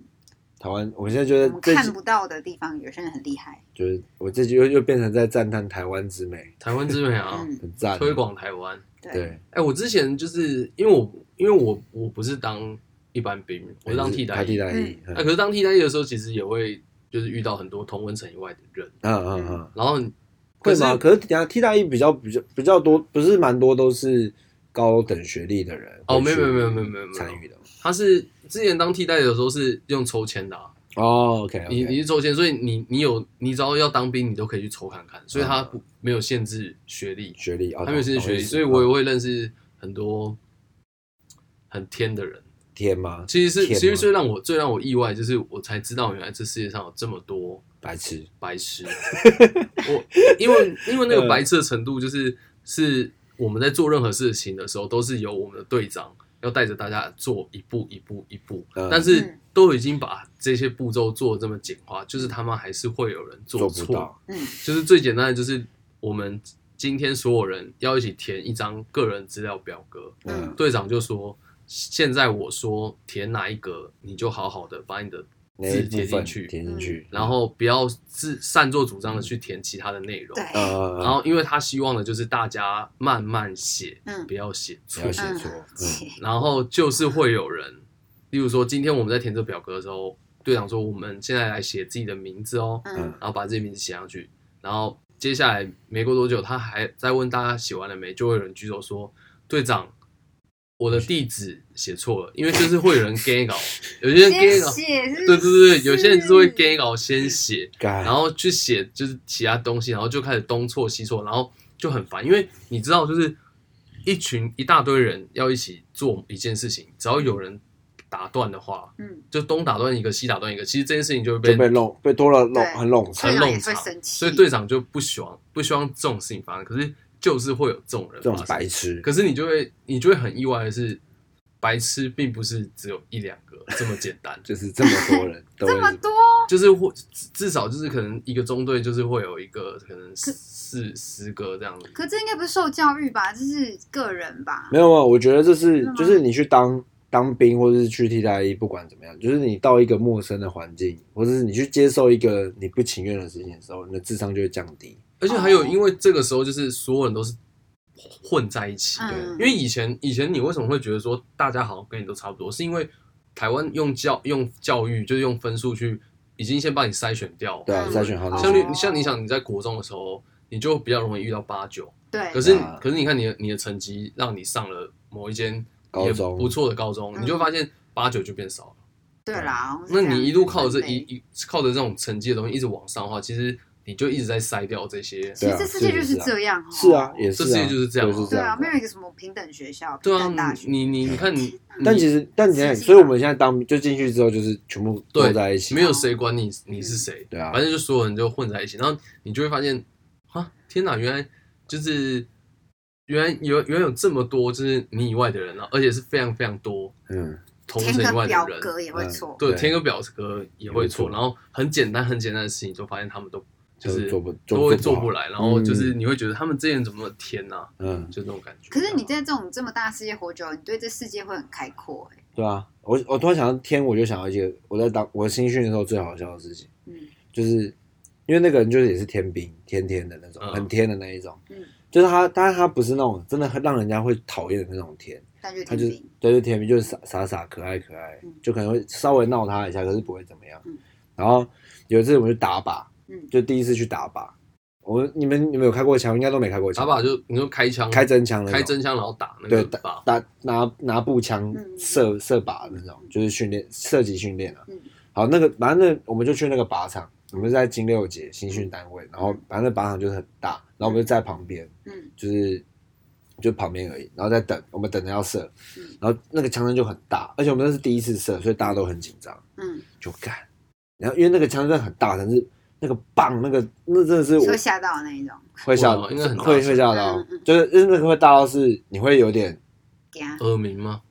S2: 台湾，我现在觉
S3: 我
S2: 得
S3: 们
S2: 这
S3: 看不到的地方，有些人很厉害，
S2: 就是我这集又又变成在赞叹台湾之美，
S4: 台湾之美啊，
S3: 嗯，
S2: 很赞。
S4: 推广台湾。
S3: 对，
S2: 对，
S4: 哎、我之前就是因为我因为我我不是当一般兵，我是当替代
S2: 他替
S4: 役。
S2: 代役，
S4: 哎、
S2: 嗯
S4: 可是当替代役的时候，其实也会就是遇到很多同温层以外的人，
S2: 嗯嗯嗯，
S4: 然后可
S2: 会
S4: 是
S2: 吗？可是等下替代役比较比较比较多，不是蛮多都是高等学历的人
S4: 哦
S2: 会去
S4: 没有没有没有没有没有
S2: 参与的
S4: 他是之前当替代的时候是用抽签的、啊，
S2: 哦，OK，
S4: 你你是抽签，所以你你有你只要要当兵，你都可以去抽看看，所以他不没有限制学历，
S2: 学历嗯哦，
S4: 他没有限制学历，
S2: 懂嗯
S4: 所以我也
S2: 懂
S4: 会认识很多很天的人。
S2: 天吗？
S4: 其实是
S2: 天
S4: 其
S2: 吗
S4: 实最让我最让我意外，就是我才知道原来这世界上有这么多
S2: 白痴，
S4: 白痴。我因为因为那
S2: 嗯
S4: 个白痴的程度，就是是我们在做任何事情的时候，都是由我们的队长要带着大家做一步一步一步，
S2: 嗯
S4: 但是
S3: 嗯
S4: 都已经把这些步骤做得这么简化，就是他们还是会有人
S2: 做
S4: 做
S2: 不
S4: 错。
S2: 到，
S3: 嗯，
S4: 就是最简单的，就是我们今天所有人要一起填一张个人资料表格，
S2: 嗯
S3: 嗯，
S4: 队长就说。现在我说填哪一格，你就好好的把你的
S2: 嗯那一
S4: 字
S2: 部
S4: 填
S2: 分
S4: 进去，嗯
S2: 填进去，
S4: 然后不要自擅作主张的去填其他的内容
S3: 对。，
S2: 呃，
S4: 然后，因为他希望的就是大家慢慢写，
S3: 嗯
S4: 不要写
S2: 不
S4: 错
S2: 要。写
S3: 嗯
S2: 错，嗯，
S4: 然后就是会有人，例如说今天我们在填这表格的时候，队长说我们现在来写自己的名字哦，
S3: 嗯
S4: 然后把自己名字写上去，然后接下来没过多久，他还在问大家写完了没，就会有人举手说队长。我的地址写错了，因为就是会有人 gay 搞，有些人 gay
S3: 先
S4: 搞，
S3: 写是，
S4: 对对对，有些人就是会 gay 搞先写，
S2: 然
S4: 然后去写就是其他东西，然后就开始东错西错，然后就很烦，因为你知道，就是一群一大堆人要一起做一件事情，只要有人打断的话，
S3: 嗯，
S4: 就东打断一个西打断一个，其实这件事情就会
S2: 就
S4: 被，
S2: 被弄被拖了弄
S3: 对
S2: 很笼
S3: 所
S2: 层
S3: 以
S4: 很，
S3: 他
S4: 弄
S3: 也会
S4: 长
S3: 生气，
S4: 所以队长就不喜欢不希望这种事情发生，可是就是会有这种人
S2: 这种
S4: 发生，
S2: 白 痴，，
S4: 可是你就会你就会很意外的是，白痴并不是只有一两个这么简单
S2: 就是这么多人都会
S3: 这么
S2: 是
S3: 多，
S4: 就是会至至少就是可能一个中队就是会有一个可能四十个这样子。
S3: 可这应该不是受教育吧？这是个人吧？
S2: 没有没啊有，我觉得这是
S3: 真的吗
S2: 就是你去当当兵或者是去替代役，不管怎么样，就是你到一个陌生的环境，或者是你去接受一个你不情愿的事情的时候，你的智商就会降低。
S4: 而且
S3: 哦
S4: 还有，因为这个时候就是所有人都是混在一起，
S3: 嗯
S4: 因为以前以前你为什么会觉得说大家好像跟你都差不多，是因为台湾用教用教育就是用分数去已经先帮你筛选掉，
S2: 对啊，
S3: 嗯
S2: 筛选好的
S4: 像
S2: 人
S4: 你、
S3: 哦
S4: 像你想你在国中的时候，你就比较容易遇到八九，
S3: 对，
S4: 可是、
S2: 啊
S4: 可是你看你的你的成绩让你上了某一间
S2: 高中
S4: 也不错的高中，
S3: 嗯
S4: 你就会发现八九就变少了。
S3: 对啊啦，好像是
S4: 那
S3: 这样
S4: 你一路靠着
S3: 分
S4: 一
S3: 类
S4: 一靠着这种成绩的东西一直往上的话，其实你就一直在筛掉这些。
S3: 其
S2: 对啊
S3: 实这世界就是
S2: 是啊
S3: 这样哦，
S2: 是啊，也是
S4: 这世
S2: 啊，
S4: 界就是这样啊
S2: 就是这
S3: 对
S2: 样
S3: 啊，
S2: 子
S3: 没
S2: 啊
S3: 有一个什么平等学校、
S4: 对
S3: 平等
S4: 啊
S3: 大，学，
S4: 你你你 看你，
S2: 但
S4: 你
S2: 其实，但你想想，
S3: 啊
S2: 所以我们现在当兵就进去之后，就是全部
S4: 对
S2: 坐在一起，
S4: 没有谁管你你是谁，
S2: 对啊
S4: 反正就所有人就混在一起，然后你就会发现，啊，天哪，原来就是原来有原来有这么多就是你以外的人啊，而且是非常非常多
S2: 嗯，
S4: 同
S3: 填
S4: 城以
S3: 个
S4: 外
S3: 表
S4: 的人，
S3: 格也会错，
S4: 对，啊
S2: 对
S4: 填个表格也会
S2: 也
S4: 错，
S2: 会错
S4: 然后很简单很简单的事情，就发现他们都就
S2: 都
S4: 是
S2: 做不
S4: 都会
S2: 做
S4: 做
S2: 不
S4: 不
S2: 好
S4: 来，然后就是你会觉得他们这些人怎么那么天呐，
S2: 嗯，
S4: 就这种感觉。
S3: 可是你在这种这么大世界活久了，你对这世界会很开阔、欸，
S2: 对啊。我我突然想到天，我就想到一个我在当我新训的时候最好笑的事情，
S3: 嗯
S2: 就是因为那个人就是也是天兵，天天的那种，
S4: 嗯
S2: 很天的那一种，
S3: 嗯，
S2: 就是他，当然他不是那种真的很让人家会讨厌的那种甜，
S3: 但就
S2: 他
S3: 挺
S2: 就是
S3: 平，
S2: 对，就甜蜜，就是傻傻傻可爱可爱
S3: 嗯，
S2: 就可能会稍微闹他一下，可是不会怎么样
S3: 嗯。
S2: 然后有一次我们去打靶，
S3: 嗯
S2: 就第一次去打靶，我们你们你们有开过枪？应该都没开过
S4: 打
S2: 枪，
S4: 靶就你就开枪，
S2: 开真枪那种，
S4: 开真枪，然后打那
S2: 对
S4: 个
S2: 打
S4: 靶，
S2: 打拿拿步枪
S3: 嗯
S2: 射射靶那种，就是训练射击训练啊。
S3: 嗯
S2: 好，那个反正那我们就去那个靶场，我们是在金六节新训单位，然后反正那靶场就是很大，然后我们就在旁边，
S3: 嗯
S2: 就是就旁边而已，然后再等，我们等着要射
S3: 嗯，
S2: 然后那个枪声就很大，而且我们那是第一次射，所以大家都很紧张，
S3: 嗯
S2: 就干。然后因为那个枪声很大，但是那个棒，那个那真的是我
S3: 会吓到那一种，
S2: 会吓
S4: 哇，应该很大
S2: 会
S4: 声
S2: 会吓到
S3: 嗯嗯，
S2: 就是就是那个会大到是你会有点，
S3: 惊，
S4: 耳鸣吗？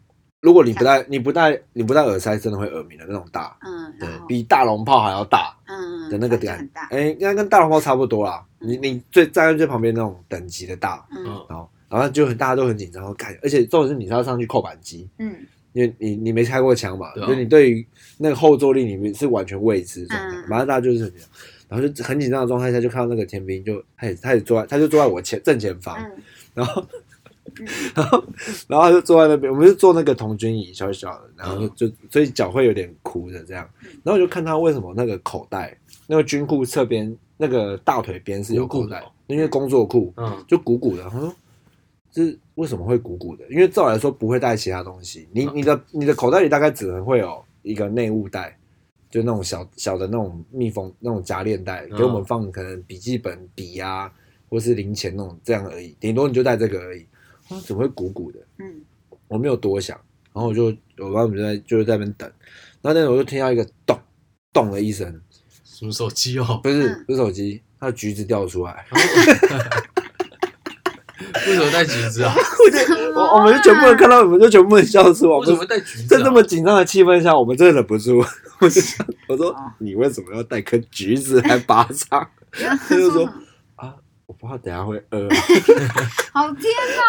S2: 如果你不戴你不戴你不戴耳塞，真的会耳鸣的那种大，
S3: 嗯，
S2: 对
S4: 哦
S3: 然后
S2: 比大龙炮还要大
S3: 嗯
S2: 的那个
S3: 反正就
S2: 感
S3: 很，大，
S2: 哎，应该跟大龙炮差不多啦。你你最站在最旁边那种等级的大，
S3: 嗯
S4: 嗯，
S2: 然后然后就很大家都很紧张，然后看，而且重点是你是要上去扣扳机，
S3: 嗯
S2: 因为你你没开过枪嘛，
S4: 对啊
S2: 所以你对于那个后坐力你们是完全未知的状态
S3: 嗯，
S2: 马上大家就是很紧张，然后就很紧张的状态下，就看到那个天兵就他也他也坐在他就坐在我前正前方，
S3: 嗯
S2: 然后然后然后他就坐在那边，我们就坐那个童军椅小小的，然后就
S4: 嗯
S2: 就所以脚会有点苦的这样，然后我就看他为什么那个口袋那个军裤侧边那个大腿边是有
S4: 鼓
S2: 口
S4: 鼓的
S2: 袋，因为工作裤，
S4: 嗯，
S2: 就鼓鼓的。他说：“这为什么会鼓鼓的？因为照理来说不会带其他东西，你
S4: 嗯
S2: 你的你的口袋里大概只能会有一个内务袋，就那种小小的那种密封那种夹链袋，
S4: 嗯
S2: 给我们放可能笔记本、笔啊，或是零钱那种这样而已，顶多你就带这个而已。他说怎么会鼓鼓的？
S3: 嗯
S2: 我没有多想，然后我就我爸我们就在就是在那边等，然后那时候我就听到一个咚咚的一声，
S4: 什么手机哦？
S2: 不是
S3: 嗯
S2: 不是手机，他的橘子掉出 来。”
S4: 为什么带橘子啊？
S2: 我我们就全部人看到，我们就全部人笑出来。我
S4: 为什
S2: 们
S4: 么会带橘子、啊？
S2: 在这么紧张的气氛下，我们真的忍不住，我就想我说
S3: 哦
S2: 你为什么要带颗橘子来拔插？他 就说啊，我怕等下会饿。 啊
S3: 好天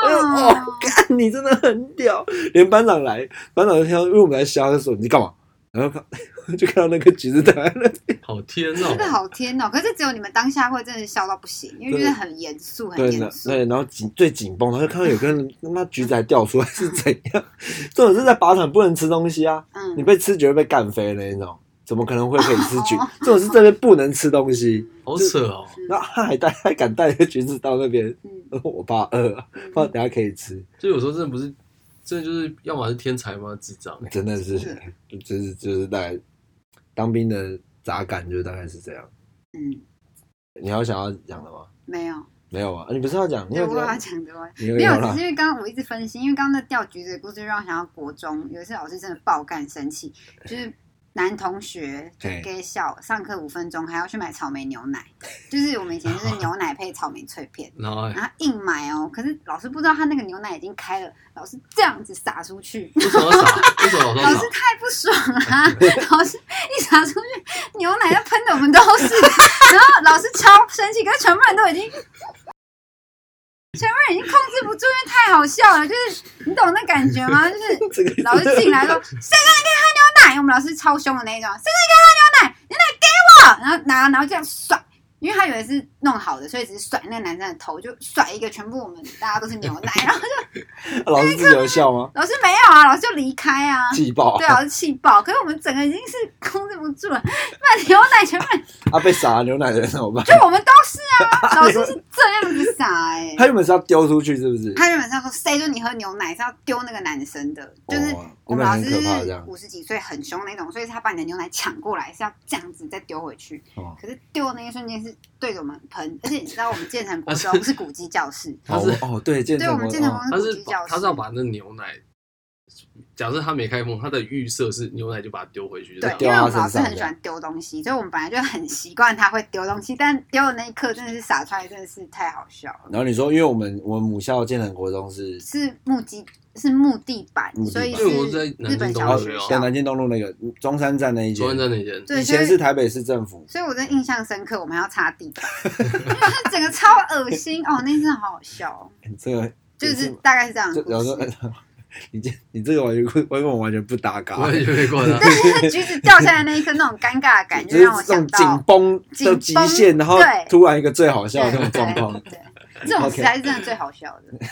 S2: 哎呦
S3: 哪，
S2: 哦，干 你真的很屌！ 连班长来，班长就听到，因为我们来削，他说你干嘛？然后看 就看到那个橘子躺在那边，
S4: 好天
S3: 真 的
S4: 哦！
S3: 好天哪！可是只有你们当下会真的笑到不行，因为就是很严肃，很
S2: 对然
S3: 严
S2: 后
S3: 肃。
S2: 对，然后紧最紧绷，然后就看到有个人他妈橘子还掉出来是怎样？ 这种是在靶场不能吃东西啊。
S3: 嗯
S2: 你，被吃绝对被干飞的那种，怎么可能会可以吃橘
S3: 哦？
S2: 这种是真的不能吃东西，
S4: 好扯哦！
S2: 然后他还带还敢带个橘子到那边，
S3: 嗯
S2: 然后我怕饿，怕等下可以吃，
S4: 就有时候真的不是，真的就是要么是天才，要么是智障、欸。
S2: 真的是
S3: 是
S2: 就是就是大概当兵的杂感就大概是这样。
S3: 嗯，
S2: 你还有想要讲的吗？
S3: 没有，
S2: 没有啊，你不是要讲？你
S3: 对
S2: 有
S3: 我
S2: 要
S3: 要讲的话。
S2: 你有
S3: 啊没有，
S2: 啦
S3: 只是因？为刚刚我一直分析，因为刚刚那掉橘子的故事让我想到国中有一次老师真的爆干生气，就是男同学就
S2: 嘿
S3: 给笑，上课五分钟还要去买草莓牛 奶，就是我们以前就是牛奶配草莓脆片，
S4: 然后、欸、
S3: 然后硬买哦，可是老师不知道他那个牛奶已经开了，老师这样子撒出去，
S4: 为什么要傻？为什么老
S3: 老
S4: 要
S3: 师
S4: 傻？
S3: 太不爽了、啊老师一撒出去，牛奶要喷的我们都是， 然后老师超生气，可是全部人都已经，全部人已经控制不住，因为太好笑了，就是你懂那感觉吗？就是
S2: 这个
S3: 老师进来说，谁让你可以喝牛奶？我们老师超凶的那一种，谁让你可以喝牛奶？牛奶给我！然后拿，然后这样甩。因为他以为是弄好的，所以只是甩那个男生的头，就甩一个，全部我们大家都是牛奶。然后
S2: 老师自己有 笑吗？
S3: 老师没有啊，老师就离开啊。
S2: 气爆
S3: 对啊，是气爆。可是我们整个已经是控制不住了，那牛奶全部人
S2: 啊！被洒了牛奶的人怎么办？
S3: 就我们都是啊，老师是这样子撒哎、
S2: 他原本是要丢出去，是不是？
S3: 他原本上说，谁说你喝牛奶是要丢那个男生的？就是
S2: 哦
S3: 我们老
S2: 你
S3: 师
S2: 们很可怕这
S3: 是
S2: 样
S3: 五十几岁很凶那种，所以他把你的牛奶抢过来是要这样子再丢回去。
S2: 哦
S3: 可是丢的那一瞬间是对着我们喷，而且你知道我们建成国中是古迹教室，
S4: 他是
S2: 哦哦，对，健
S3: 对
S2: 身
S3: 我们健身房
S4: 他
S3: 是古
S4: 是
S3: 迹
S4: 把
S3: 教室
S4: 他是，要把那牛奶，假设他没开封，他的预设是牛奶就把它丢回去，就这
S3: 对，因为
S2: 丢到
S4: 样
S3: 我
S2: 他
S3: 们老
S2: 身
S3: 师
S2: 上
S3: 很喜欢丢东西，所以我们本来就很习惯他会丢东西，但丢的那一刻真的是撒出来，真的是太好笑了。
S2: 哦然后你说，因为我们我们母校建成国中是
S3: 是木基是木地板
S2: 木，地
S3: 所以
S2: 板
S3: 是
S4: 对我在南
S3: 日本
S4: 京
S2: 哦
S3: 小
S4: 东
S3: 学
S4: 学哦
S2: 在
S3: 校
S2: 南。京东路那个中山站那一间
S4: 昨，天在那间，
S3: 对
S2: 以前
S3: 所
S2: 是
S3: 以
S2: 台北市政府。
S3: 所以我真的印象深刻，我们还要擦地板，就是整个超恶心哦，那真的好好笑哦，
S2: 欸这个
S3: 就是大概是这样的
S2: 这，
S3: 故
S2: 然后
S3: 事。
S2: 说，你这你这个完全跟跟我完全不搭嘎，
S4: 我也没过的。
S3: 但是那橘子掉下来那一刻，那种尴尬的感
S2: 就
S3: 觉
S2: 是
S3: 让我
S2: 这种
S3: 想
S2: 紧
S3: 到，
S2: 绷
S3: 紧
S2: 到
S3: 绷
S2: 极限，然后
S3: 对
S2: 突然一个最好笑
S3: 对
S2: 的那种
S3: 对
S2: 状况，
S3: 对，这种实在是真的最好笑的。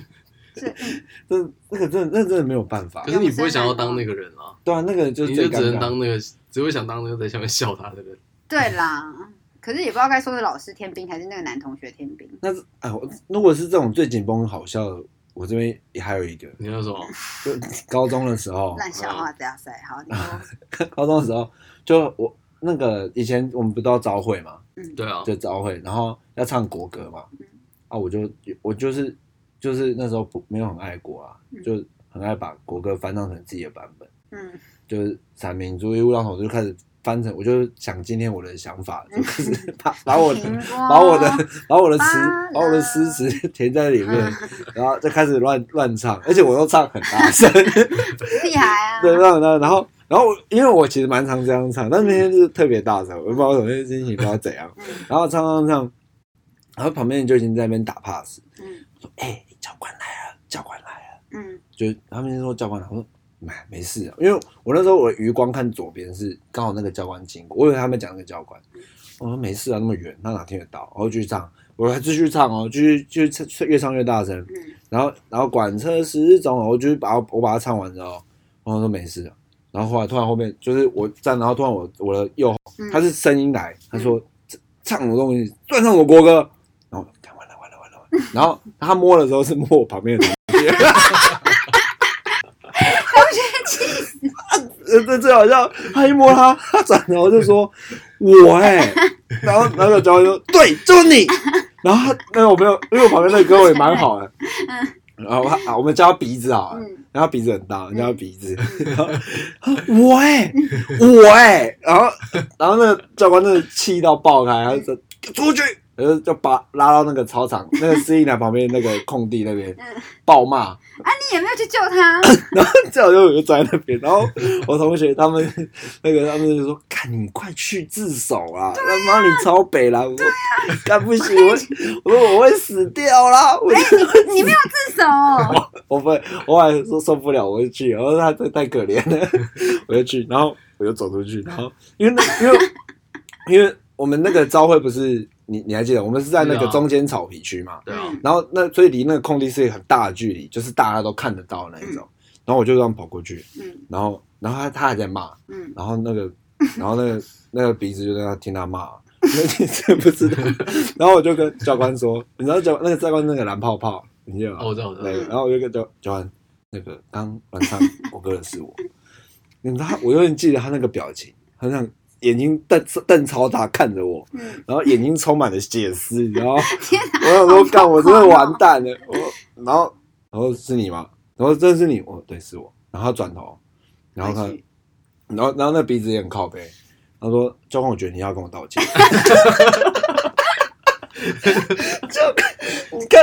S3: 是，嗯
S2: 这那个真的那真的没有办法
S4: 可，是你不会想要当那个人啊，
S2: 对啊，那个就是
S4: 你
S2: 最
S4: 就
S2: 尴
S4: 只
S2: 尬
S4: 能当那个，只会想当那个在下面笑他的人。
S3: 对啦。可是也不知道该说是老师天兵还是那个男同学天兵，
S2: 那是哎，我如果是这种最紧绷好笑的，我这边也还有一个，
S4: 你要说，
S2: 就高中的时候，
S3: 烂笑话大赛。好，你说，
S2: 高中的时候就我那个以前我们不都要招会嘛，
S3: 嗯，
S4: 对啊，
S2: 就招会，然后要唱国歌嘛，啊，我就我就是就是那时候不没有很爱国啊，
S3: 嗯
S2: 就很爱把国歌翻唱成自己的版本，
S3: 嗯
S2: 就是《三民主义勿让统治》就开始翻成，我就想今天我的想法，就是 把把我的
S3: 苹果
S2: 把我的把我的词
S3: 巴
S2: 把我的诗词填在里面，然后就开始乱乱唱，而且我又唱很大声，
S3: 厉害啊！
S2: 对，让他然后然后因为我其实蛮常这样唱，但那天就是特别大声，我不知道为什么那天心情不知道怎样，
S3: 嗯
S2: 然后唱唱唱，然后旁边就已经在那边打 pass，
S3: 嗯
S2: 说哎、教官来了，教官来了，
S3: 嗯
S2: 就他们就说教官来，我说。没没事、啊，因为我那时候我的余光看左边是刚好那个教官经过，我以为他们讲那个教官，我说没事啊，那么远，他哪听得到？然后继续唱，我还继续唱哦，继续继续唱，越唱越大声，
S3: 嗯
S2: 然后然后管车时钟，我就是把我把它唱完之后，然后说没事了。然后后来突然后面就是我站，然后突然我我的右
S3: 嗯，
S2: 他是声音来，他说这唱什么东西，转唱我国歌，然后我看完了完了完了，完 了然后他摸的时候是摸我旁边的同学，呃 这最好笑，他一摸他，他转头就说我哎、 然后然后教官说对，就是你，然后他那我朋友，因为我旁边那个哥们也蛮好的，然后他啊我们叫他鼻子好了。
S3: 嗯
S2: 然后他鼻子很大，人家鼻子， 然后他说我哎、我哎、然后然后那个教官真的气到爆开，他就说出去，然后就把拉到那个操场那个司令台旁边那个空地那边
S3: 嗯
S2: 暴骂，
S3: 啊，你也没有去救他，
S2: 最好就我就站在那边，然后我同学他们那个他们就说：“看你快去自首啊！他妈、你超北啦！”我说：“干不行，我我说我会死掉啦！”我
S3: 你你没有自首，
S2: 我不，我还说受不了，我就去。然后他太太可怜 了，我就去，然后我就走出去，然后因为那因为因为我们那个招会不是你你还记得，我们是在那
S4: 是
S2: 个
S4: 啊
S2: 中间草皮区嘛，
S4: 对啊，
S2: 然后那所以离那个空地是很大的距离，就是大家都看得到那一
S4: 嗯
S2: 种。然后我就这样跑过去，
S3: 嗯
S2: 然后然后他他还在骂，
S3: 嗯，
S2: 然后那个然后那个那个鼻子就在那听他 骂。 那你真不知道，然后我就跟教官说，你知道教那个教官那个蓝泡泡，你记得吗？
S4: 哦，我知道，我知道
S2: 对，，然后我就跟教教官那个刚晚上我哥的是我， 你知道他，我永远记得他那个表情，很像眼睛瞪瞪超大看着我，
S3: 嗯
S2: 然后眼睛充满了血丝，然 后
S3: 天
S2: 我想说干，我真的完蛋了，我然后然后是你吗？然后真的是你，我对是我，然后他转头，然后他
S3: 回去
S2: 然后然后那鼻子也很靠背，他说教官，我觉得你要跟我道 歉。就你看，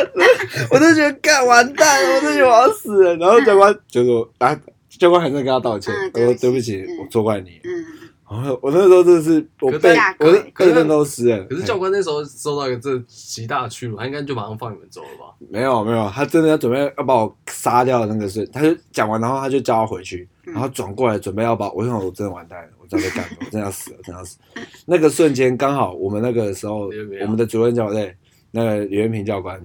S2: 我都觉得干完蛋了，我都觉得我要死了。然后教官就说啊，教官还在跟他道歉，
S3: 嗯
S2: 我说对
S3: 对
S2: 不
S3: 不
S2: 起
S3: 起，嗯
S2: 我错怪你。
S3: 嗯，
S2: 然后我那时候真的是我
S4: 可是
S2: 被
S3: 大
S2: 我
S3: 哥
S2: 是
S4: 可
S2: 被
S4: 是
S2: 人都湿了。哎
S4: 可是教官那时候收到一个这极大的屈辱，他应该就马上放你们走了吧？
S2: 没有没有，他真的要准备要把我杀掉的那个事，他就讲完，然后他就叫他回去，
S3: 嗯
S2: 然后转过来准备要把我，我想我真的完蛋了，我真的干了，我真的要死了，我真的要死。那个瞬间刚好我们那个时候
S4: 刘元平，啊
S2: 我们的主任教练那个李元平教官，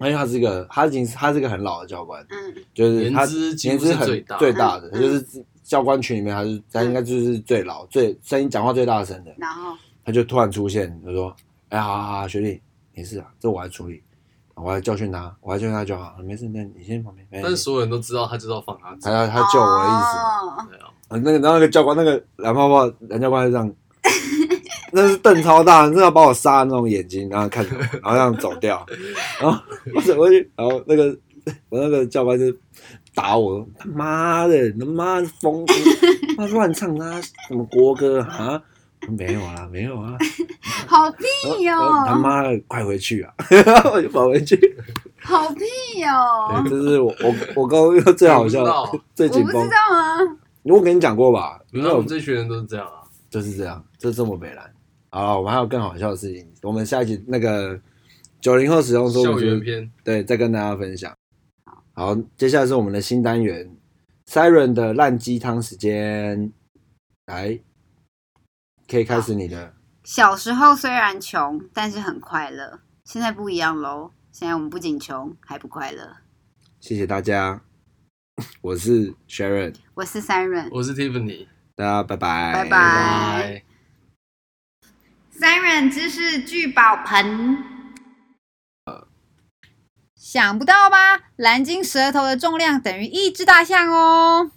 S2: 因为他是一个他已经是他是一个很老的教官，
S3: 嗯
S2: 就是他
S4: 年资几
S2: 年
S4: 乎
S2: 资
S4: 是
S2: 很
S4: 最大
S2: 最大的，
S3: 嗯
S2: 他就是教官群里面他是他应该就是最老、最声音讲话最大声的，
S3: 然后
S2: 他就突然出现，他说：“哎、好好好，学弟，没事啊，这我来处理，我来教训他，我来教训他就好，没事，那你先旁边。”没
S4: 但
S2: 事
S4: 是所有人都知道他就是要放他走
S2: 他，要他救我的意思，呃
S3: 思，
S4: 对啊，
S2: 那个然后那个教官那个蓝泡泡蓝教官就这样，那是瞪超大，真的要把我杀的那种眼睛，然后看着我，然后这样走掉，然后我走过去，然后那个我那个教官就打我，他妈的，你他妈的疯子，他妈乱唱他什么国歌啊？ 没有啊，没有啊。
S3: 好屁
S2: 呃他
S3: 哟，
S2: 妈的，快回去啊！ 我就跑回去。
S3: 好屁哟，
S2: 对，这是我我我高中最好笑
S4: 我不知道、
S2: 最
S3: 哦我
S2: 紧
S3: 不
S2: 绷
S3: 知。道啊，
S2: 我跟你讲过吧？
S4: 原
S2: 没
S4: 来我
S2: 有
S4: 们，这群人都是这样啊。
S2: 就是这样，就这么北蓝。好了，我们还有更好笑的事情，我们下一集那个九零后使用说，
S4: 校
S2: 我
S4: 园
S2: 觉得
S4: 篇，
S2: 对，再跟大家分享。好，接下来是我们的新单元 Siren 的烂鸡汤时间，来，可以开始你的。
S3: 小时候虽然穷，但是很快乐，现在不一样喽，现在我们不仅穷，还不快乐。
S2: 谢谢大家，我是 Sharon，
S3: 我是 Siren，
S4: 我是 Tiffany，
S2: 大家拜拜，
S3: 拜拜
S2: 啊
S4: 拜。
S3: Siren 知识聚宝盆。想不到吧？蓝鲸舌头的重量等于一只大象哦。